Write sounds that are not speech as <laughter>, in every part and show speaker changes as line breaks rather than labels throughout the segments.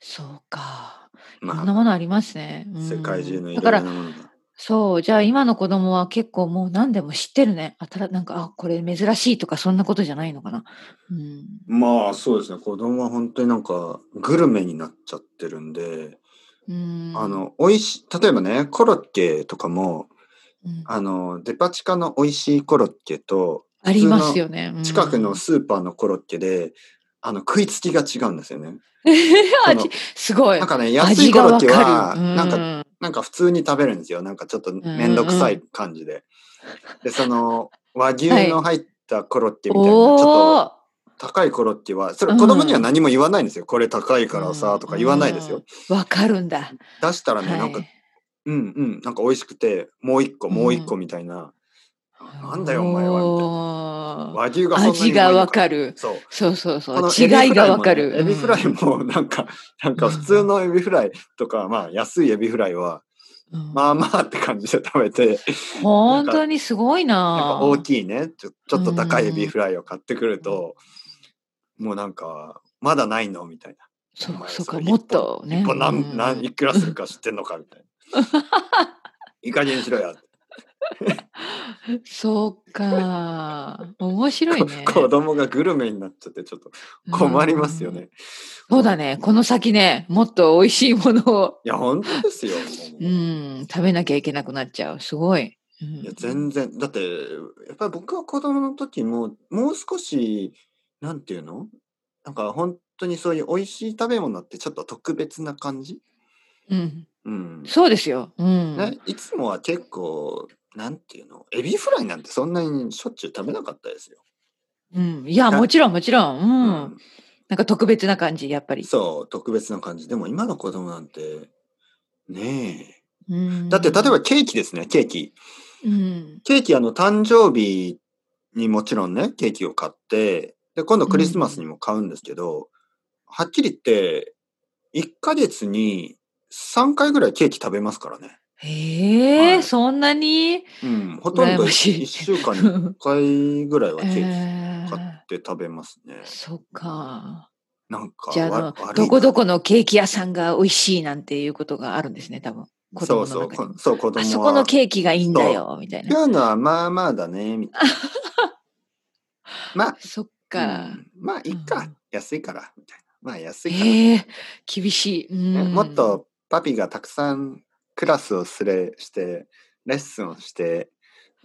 そうか。いろ
ま
んな
あ、
ものありますね。う
世界中の
ん
い
だ
ろ
か
いろ
ら、
なものが。
そう、じゃあ今の子供は結構もう何でも知ってるね。あたら、なんか、あ、これ珍しいとか、そんなことじゃないのかな。うん。
まあそうですね、子供は本当になんかグルメになっちゃってるんで、
うん。
あの、美味しい、例えばね、コロッケとかも、
うん
あの、デパ地下の美味しいコロッケと、
ありますよね。うん
近くのスーパーのコロッケで、あの、食いつきが違うんですよね。その
<laughs> 味すごい。
なんかね、安
味
いコ
が
ロッ
わ
ケ
か
は、
る。うん
なんか、なんか普通に食べるんですよ。なんかちょっとめんどくさい感じで。で、その、和牛の入ったコロッケみたいな、ちょっと
おお。
高いコロッケは、それ
うん
子供には何も言わないんですよ。これ高いから
う
さ、
ん
とか言わないですよ。。
うんわかるんだ。
出したらね、
は
なんか、
い。
うんうん、なんか美味しくて、もう一個、
うん
もう一個みたいな。なんだよ、お前は、みたいな。
は。
和牛がそんなにうまい
味
の
がわ
か
かる。
そう。
そうそうそ
こ
う
の。
違いがわか
エ
る。
ビフライもねエビフライもな
<laughs>
んか、なんか普通のエビフライとか、まあ安いエビフライは、
うん
まあまあって感じで食べて、
本当にすごい
なんか
な
大
ぁ。
きいねちょ、ちょっと高いエビフライを買ってくると、もうなんか、まだないのみたいな。
そ
お
う
前
そうか、
れ
もっと
一
ね。
本
う
何
ん
何いくらするか知ってんのかみたいな。
<laughs>
いい加減にしろや。
そうか。面白い
<laughs>
ね。
子供がグルメになっちゃってちょっと困りますよ
う
ね
ん。。そうだね。この先ね、もっと美味しいものを、
いや、本当ですよ。もう
<laughs> うん、食べなきゃいけなくなっちゃう。すごい。うん
いや全然だってやっぱり僕は子供の時ももう少しなんていうのなんか本当にそういう美味しい食べ物ってちょっと特別な感じ、
うん。
うん
そうですよ。うん。
ね、いつもは結構なんていうのエビフライなんてそんなにしょっちゅう食べなかったですよ。
うん、いや、
な
もちろん、もちろん。
う
うん。なんか特別な感じ、やっぱり。
そう特別な感じでも今の子供なんてね
うん
えだって例えば、ケーキですねケーキ
うん。
ケーキあの誕生日にもちろんねケーキを買ってで今度クリスマスにも買うんですけど、はっきり言って1ヶ月に3回ぐらいケーキ食べますからね、
へえ、
はい
そんなに
うん、ほとんど
羨ましい
1週間に1
<laughs>
回ぐらいはケー
え
キ買
ー
って食べますね、
そっか。
なんか
じゃああ
わ
の、
悪い
どこど
こ
このケーキ屋さんが美味しいなんていうことがあるんですね、多分。子
そう
供の
そう
中
こ
に。
そう子供は
あそこのケーキがいいんだよ、みたいな。
今日のはまあまあだねみた
<laughs>
いなまあ
そっか
う。んまあいっ
う
か
ん
安いからみたいなまあ安いから
へえ、厳しい。う
ね
ん、
もっとパピがたくさんクラスをすれしてレッスンをして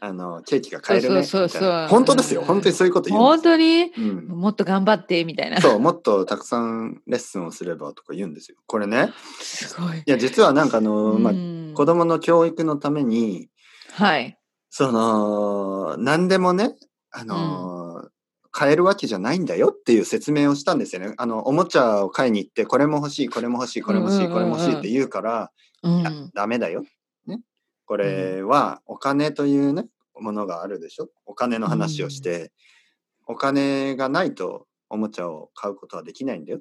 あのケーキが買えるねみたい
そうそう
な
そうそう
本当ですよ
うん
本当にそういうこと言うん
本
ですよ、
当に
うん、
もっと頑張って、みたいな。
そうもっとたくさんレッスンをすればとか言うんですよこれね
すごい。
いや実はなんかあの、まあ
う、
子供の教育のために
はい。
その何でもねあの、買えるわけじゃないんだよっていう説明をしたんですよね。あのおもちゃを買いに行ってこれも欲しいこれも欲しいこれも欲しいこれも欲しいって言うから、
う
いや
ん。
ダメだよ。ね。これはお金というね、ものがあるでしょ。お金の話をして、お金がないとおもちゃを買うことはできないんだよっ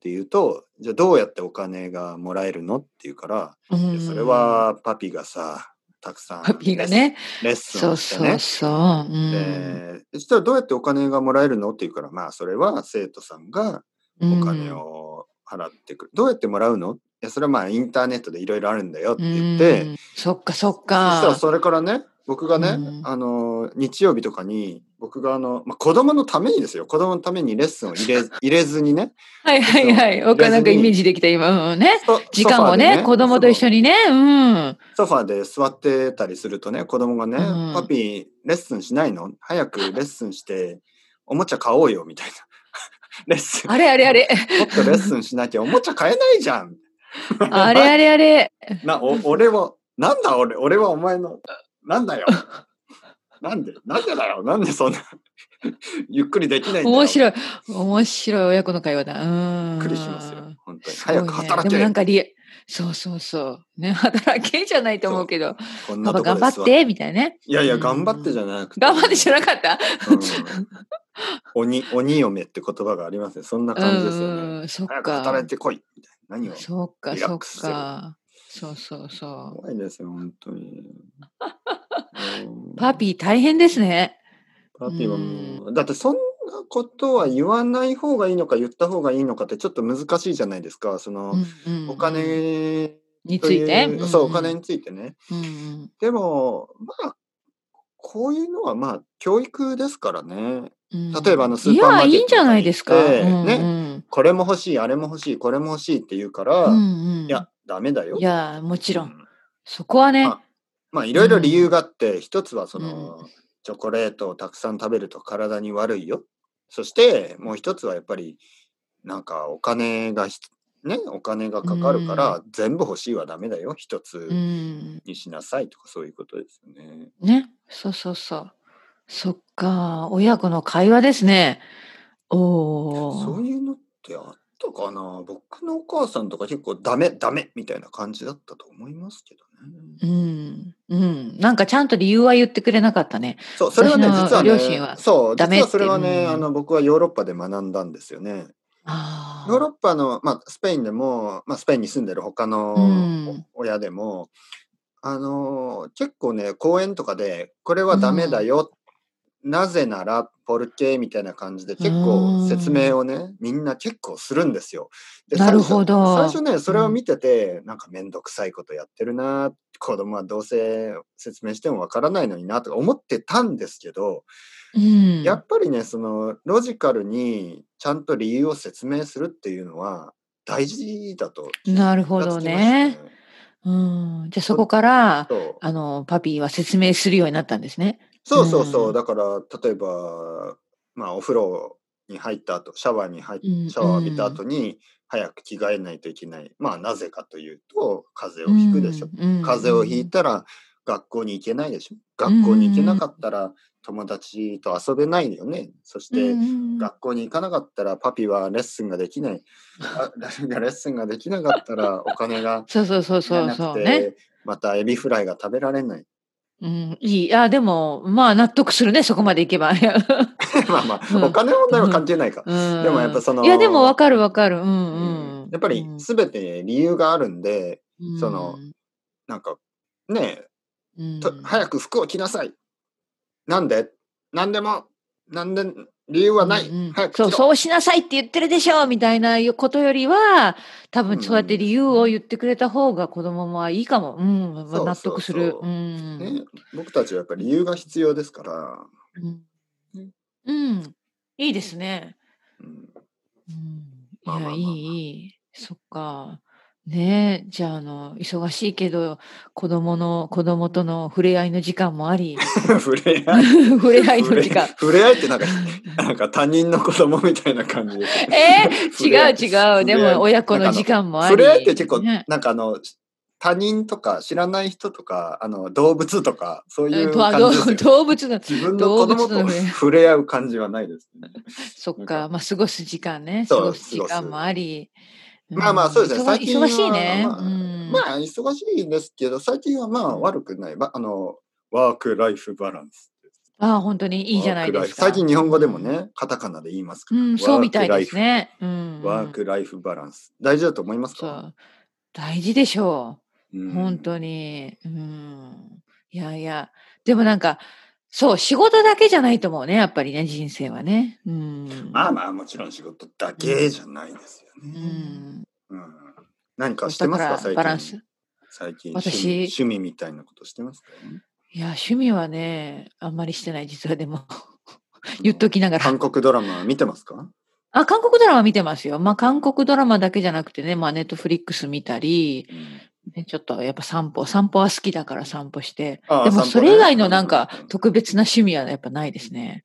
て言うと、じゃあどうやってお金がもらえるのって言うから、いやそれはパピがさ、たくさん
ハッピーがね。
レッスン
そ
を
う
して
そ
ね
う。そう。うん。
でそしたらどうやってお金がもらえるのって言うから、まあそれは生徒さんがお金を払ってくる。どうやってもらうのいや、それはまあインターネットでいろいろあるんだよって
うん
言って、
うんそっかそっ
そしたら
か。
それからね、僕がね、
うん
あの、日曜日とかに、僕があの、まあ、子供のためにですよ、子供のためにレッスンを入
<laughs>
れ入れずにね、
はいはいはい。
そう
お金なんか
別
イ
に
メージできた今。うんね。
ソ
時間をね子供と一緒
に。
にね。うん。
ソファーで座ってたりするとね、子供がね、
うん
パピー、レッスンしないの
<laughs>
早くレッスンして、おもちゃ買おうよ、みたい <laughs> な。レッスン、も
あれあれあれ。
っとレッスンし
<laughs>
なきゃおもちゃ買えないじゃん。
あれあれあ
<laughs>
れ。
な、
<laughs>
お、俺は、なんだ俺、俺はお前の、な
<laughs>
んだよ。なんで、なんでだよ、なんでそんな、 <laughs> ゆっくりできないんだよ。
面白い。面白い親子の会話だ。うん。
びっくりしますよ。本当に。
すごいね
早く働
でもなん
け。
かリアそうそうそう。ね、働けじゃないと思うけど、
こんな
パパ
とこ
頑
で
張
座
って、みたいなね。
いやいや、
うん
頑張ってじゃなくて。
頑張ってじゃなかった
うん鬼、鬼嫁って言葉がありますね。そんな感じですよ
うんう
ね。
ん、そっ
早く
か。
働いてこい。みたいな何を。
そうか、
リラ
そ
ッ
う
クスしてる
か。そうそうそ
怖いですよ、本当に。うん
う。パピー大変ですね。
パピはもう、だってそんなことは言わない方がいいのか言った方がいいのかってちょっと難しいじゃないですか。その、
うんうんうん
お金
に
と
つ
いう
いて、
そう、お金
うん
についてね。
うん
でも、まあ、こういうのはまあ、教育ですからね。
うん、
例えばあのスーパーマーケット
いやいいんじゃないですか。
とかに行
う
っ
ん
て
うん
これも欲しい、あれも欲しい、これも欲しいって言うから、
うんうん、
いや、ダメだよ。
いやもちろ
うん
んそこはね、
まあ、まあいろいろ理由があって、一つはその、チョコレートをたくさん食べると体に悪いよ。そしてもう一つはやっぱりなんかお金がひねお金がかかるから、全部欲しいはダメだよ一
う
つ
ん、
にしなさいとかそういうことですよね。
ねそうそうそうそっか親子の会話ですねおお
そういうのってあったかな僕のお母さんとか結構ダメダメみたいな感じだったと思いますけどね。
うん、うん、なんかちゃんと理由は言ってくれなかったね。
そうそれはね
私の
実はね
両親は
そう
ダ
実
メっ
は
て
それはね、
うん
あの僕はヨーロッパで学んだんですよね。
あ
ヨーロッパの、まあ、スペインでも、まあ、スペインに住んでる他の
うん
お親でも、あのー結構ね公園とかでこれはダメだよ、なぜならポルケみたいな感じで結構説明をね、みんな結構するんですよ。で
なるほど
最初最初ねそれを見てて、なんか面倒くさいことやってるな子供はどうせ説明してもわからないのになとか思ってたんですけど、
うん、
やっぱりね、そのロジカルにちゃんと理由を説明するっていうのは大事だと気が
なるほどね
つきまし
うん、じゃあそこから
たね。
あのパピーは説明するようになったんですね。
そうそうそうそう、
うん
だから例えば、まあ、お風呂に入った後、シャワーに入っ
うん
シャワーを浴びた後に早く着替えないといけない。まあなぜかというと、風邪をひくでしょ。
うん
風邪をひいたら学校に行けないでしょ。学校に行けなかったら友達と遊べないよね。そして、
うん
学校に行かなかったらパピはレッスンができない。
<laughs>
あ誰がレッスンができなかったらお金が
そうそうそう
入ら
そう
なく
そうね。
て、またエビフライが食べられない。 <laughs>
うん、いい。あ、でも、まあ、納得するね、そこまでいけば。いや
まあま
うん
あ、お金の問題は関係ないか。
うん
でもやっぱその
いや、でも、わかるわかる。う
うんん
うん。
やっぱり全て理由があるんで、
うん
その、なんかね
うん
え、と早く服を着なさい。なんでなんでも、なんで理由はない。
うんうん
早く着
そ
ろ
う、そうしなさいって言ってるでしょみたいなことよりは、多分そうやって理由を言ってくれた方が子供はいいかも。うん、まあ
そうそう
納得する。
そ
う
う
ん
ね、僕たちはやっぱり理由が必要ですから。
うん
ね
うん、いいですね。
うん <laughs>
う
まあ
ん、い
まあま
や、
あ
いい、いい。そっか。ねえ、じゃあ、あの、忙しいけど、子供の、子供との触れ合いの時間もあ
<laughs>
り、
触れ合い
触れ合いの時間。
触れ合いってなんか、 <laughs> なんか他人の子供みたいな感じ。
えー、
触れ合い
違う違う。で
触れ合い
も、親子の時間もあり。
触れ合いって結構、
ね
なんかあの、他人とか知らない人とか、あの、動物とか、そう
え
い
っ
う
とあ
感
の
じですよ。
動物の、
自分の子供
動物
と
のね
触れ合う感じはないですね。
そっ
な
か、まあ、過ごす時間ね。
そう
過ごす時
過ご
間
す
もあり。
まあまあ、
ん
そうですね。最近は
忙しいね。
まあ、
うん
まあ忙しいですけど、最近はまあ悪くない。ばあの、ワーク・ライフ・バランス。
ああ、本当にいいじゃないですか。
ワークライフ最近日本語でもね、カタカナで言いますか
う
ら。
ん。うん、そうみたいです
ワークライ
ね。
フ。
うん。
ワークライフバランス。大事だと思います
そ
か
う。大事でしょ
う
う。
ん
本当に。うん。いやいや。でもなんか、そう、仕事だけじゃないと思うね。やっぱりね、人生はね。うん。
まあまあ、もちろん仕事だけじゃないですよ
う
ね。
ん。
うん何かして
だ
ま
か、
すから最
バランス
近。。最近趣
私
味、趣味みたいなことしてますか
いや、趣味はね、あんまりしてない、実はで
<laughs>
も。言っと
き。
きながら。
韓国ドラマ見てますか
あ、韓国ドラマ見てますよ。まあ、韓国ドラマだけじゃなくてね、まあ、ネットフリックス見たり、
うん
ね、ちょっとやっぱ散歩、散歩は好きだから散歩して、
ああ
でも
散歩
そ
ね
れ以外のなんか
うん
特別な趣味はやっぱないですね。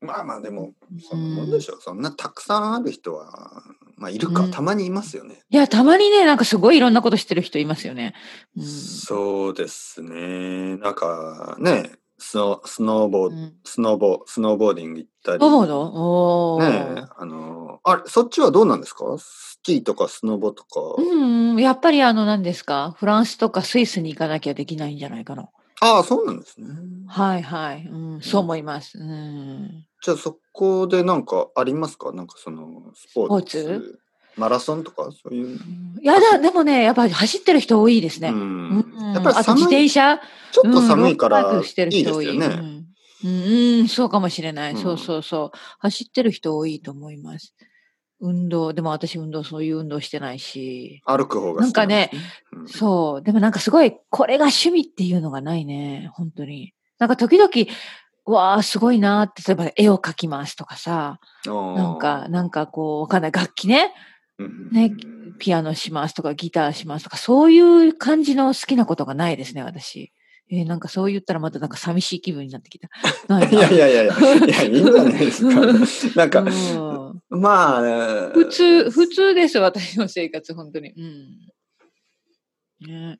まあまあ、でも、そ
うんん
なもんでしょう。そんなたくさんある人は、まあ、いるか、
うん
たまにいますよね。
いや、たまにね、なんかすごいいろんなことしてる人いますよね。うん
そうですね。なんか、ね、スノスノーボー、
うん
スノーボー、スノーボーディング行ったり。
スノボードおー
ねえ、あのあれ、そっちはどうなんですかスキーとかスノボとか。
うんうん、やっぱりあの何ですかフランスとかスイスに行かなきゃできないんじゃないかな。
ああ、そうなんですね。
はいはい、うん、そう思います。うん、
じゃあそこでなんかありますかなんかその、スポーツ。
スポーツ
マラソンとかそういう。
いやだ、でもね、やっぱり走ってる人多いですね。
う
うん
ん。
うん
やっぱり
あと自
寒
転
い、
車
ちょっと寒いか
うんロー
ら
ドバイ
い
ク
い
して
で
る
す
人
よ
多い
ね。
うんうん、そうかもしれない。
うん
そうそうそう。走ってる人多いと思います。運動、でも私運動、そういう運動してないし。
歩く方が好きんですね、うん
そう。でもなんかすごい、これが趣味っていうのがないね。本当に。なんか時々、うわあ、すごいなーって、例えば絵を描きますとかさ、
おー
なんか、なんかこう、わかんない。楽器ね。
うん
ねピアノしますとか、ギターしますとか、そういう感じの好きなことがないですね、私。えーなんかそう言ったらまたなんか寂しい気分になってき
<laughs>
た。ない
い
な
やいやいやいや、いや、いいんじゃないですか。なんか、
うん
まあ、
普通、普通です、私の生活、本当に。うん。ね。